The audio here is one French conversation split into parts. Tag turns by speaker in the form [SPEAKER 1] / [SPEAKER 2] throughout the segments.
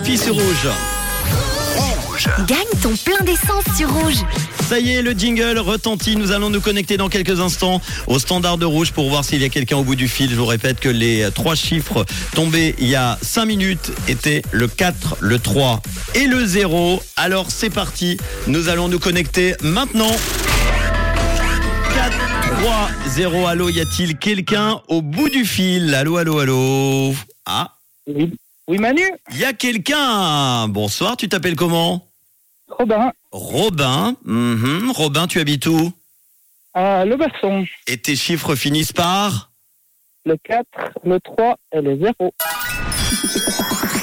[SPEAKER 1] Sophie sur Rouge.
[SPEAKER 2] Gagne ton plein d'essence sur rouge.
[SPEAKER 1] Ça y est, le jingle retentit. Nous allons nous connecter dans quelques instants au standard de rouge pour voir s'il y a quelqu'un au bout du fil. Je vous répète que les trois chiffres tombés il y a 5 minutes étaient le 4, le 3 et le 0. Alors c'est parti. Nous allons nous connecter maintenant. 4, 3, 0. Allô, y a-t-il quelqu'un au bout du fil Allô, allô, allô. Ah,
[SPEAKER 3] Oui. Oui, Manu
[SPEAKER 1] il y a quelqu'un. Bonsoir, tu t'appelles comment
[SPEAKER 3] Robin,
[SPEAKER 1] Robin, mhm. Robin, tu habites où
[SPEAKER 3] à Le Basson.
[SPEAKER 1] Et tes chiffres finissent par
[SPEAKER 3] Le 4, le 3 et le 0.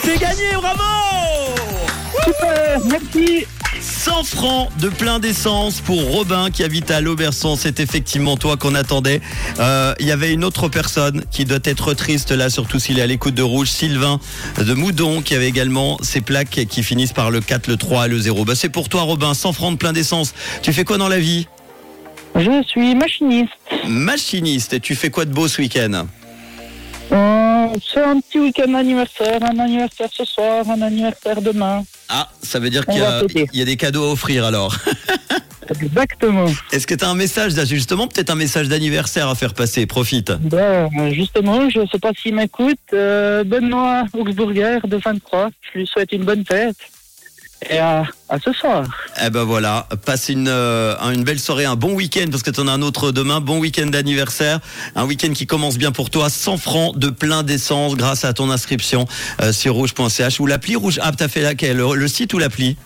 [SPEAKER 1] C'est gagné, bravo
[SPEAKER 3] Super, Euh, merci.
[SPEAKER 1] 100 francs de plein d'essence pour Robin qui habite à l'Auberçon. C'est effectivement toi qu'on attendait. Euh, Il y avait une autre personne qui doit être triste là, surtout s'il est à l'écoute de Rouge, Sylvain de Moudon qui avait également ses plaques qui finissent par le 4, le 3 et le 0. Bah, C'est pour toi, Robin, 100 francs de plein d'essence. Tu fais quoi dans la vie
[SPEAKER 3] Je suis machiniste.
[SPEAKER 1] Machiniste. Et tu fais quoi de beau ce week-end
[SPEAKER 3] Euh, C'est un petit week-end anniversaire, un anniversaire ce soir, un anniversaire demain.
[SPEAKER 1] Ah, ça veut dire
[SPEAKER 3] On
[SPEAKER 1] qu'il y,
[SPEAKER 3] va
[SPEAKER 1] a-
[SPEAKER 3] fêter.
[SPEAKER 1] il y a des cadeaux à offrir alors.
[SPEAKER 3] Exactement.
[SPEAKER 1] Est-ce que tu as un message d'ajustement, peut-être un message d'anniversaire à faire passer Profite.
[SPEAKER 3] Ben, euh, justement, je ne sais pas s'il m'écoute. Euh, Benoît Augsburger de 23, je lui souhaite une bonne fête. Et à, à ce soir.
[SPEAKER 1] Eh ben voilà, passe une, euh, une belle soirée, un bon week-end, parce que tu en as un autre demain. Bon week-end d'anniversaire, un week-end qui commence bien pour toi. 100 francs de plein d'essence grâce à ton inscription euh, sur rouge.ch ou l'appli Rouge App. T'as fait laquelle Le le site ou l'appli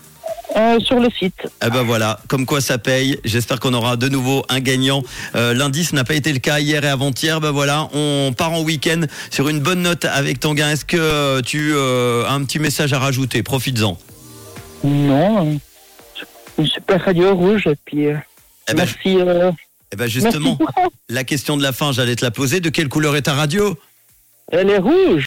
[SPEAKER 3] Euh, sur le site.
[SPEAKER 1] Eh ben voilà, comme quoi ça paye. J'espère qu'on aura de nouveau un gagnant. Euh, lundi, ce n'a pas été le cas hier et avant-hier. Ben voilà, on part en week-end sur une bonne note avec ton gain. Est-ce que euh, tu euh, as un petit message à rajouter Profites-en.
[SPEAKER 3] Non. euh, Une super radio rouge. Et puis, euh,
[SPEAKER 1] Eh ben,
[SPEAKER 3] merci. euh,
[SPEAKER 1] eh ben justement,
[SPEAKER 3] merci pour ça.
[SPEAKER 1] la question de la fin, j'allais te la poser. De quelle couleur est ta radio
[SPEAKER 3] Elle est rouge.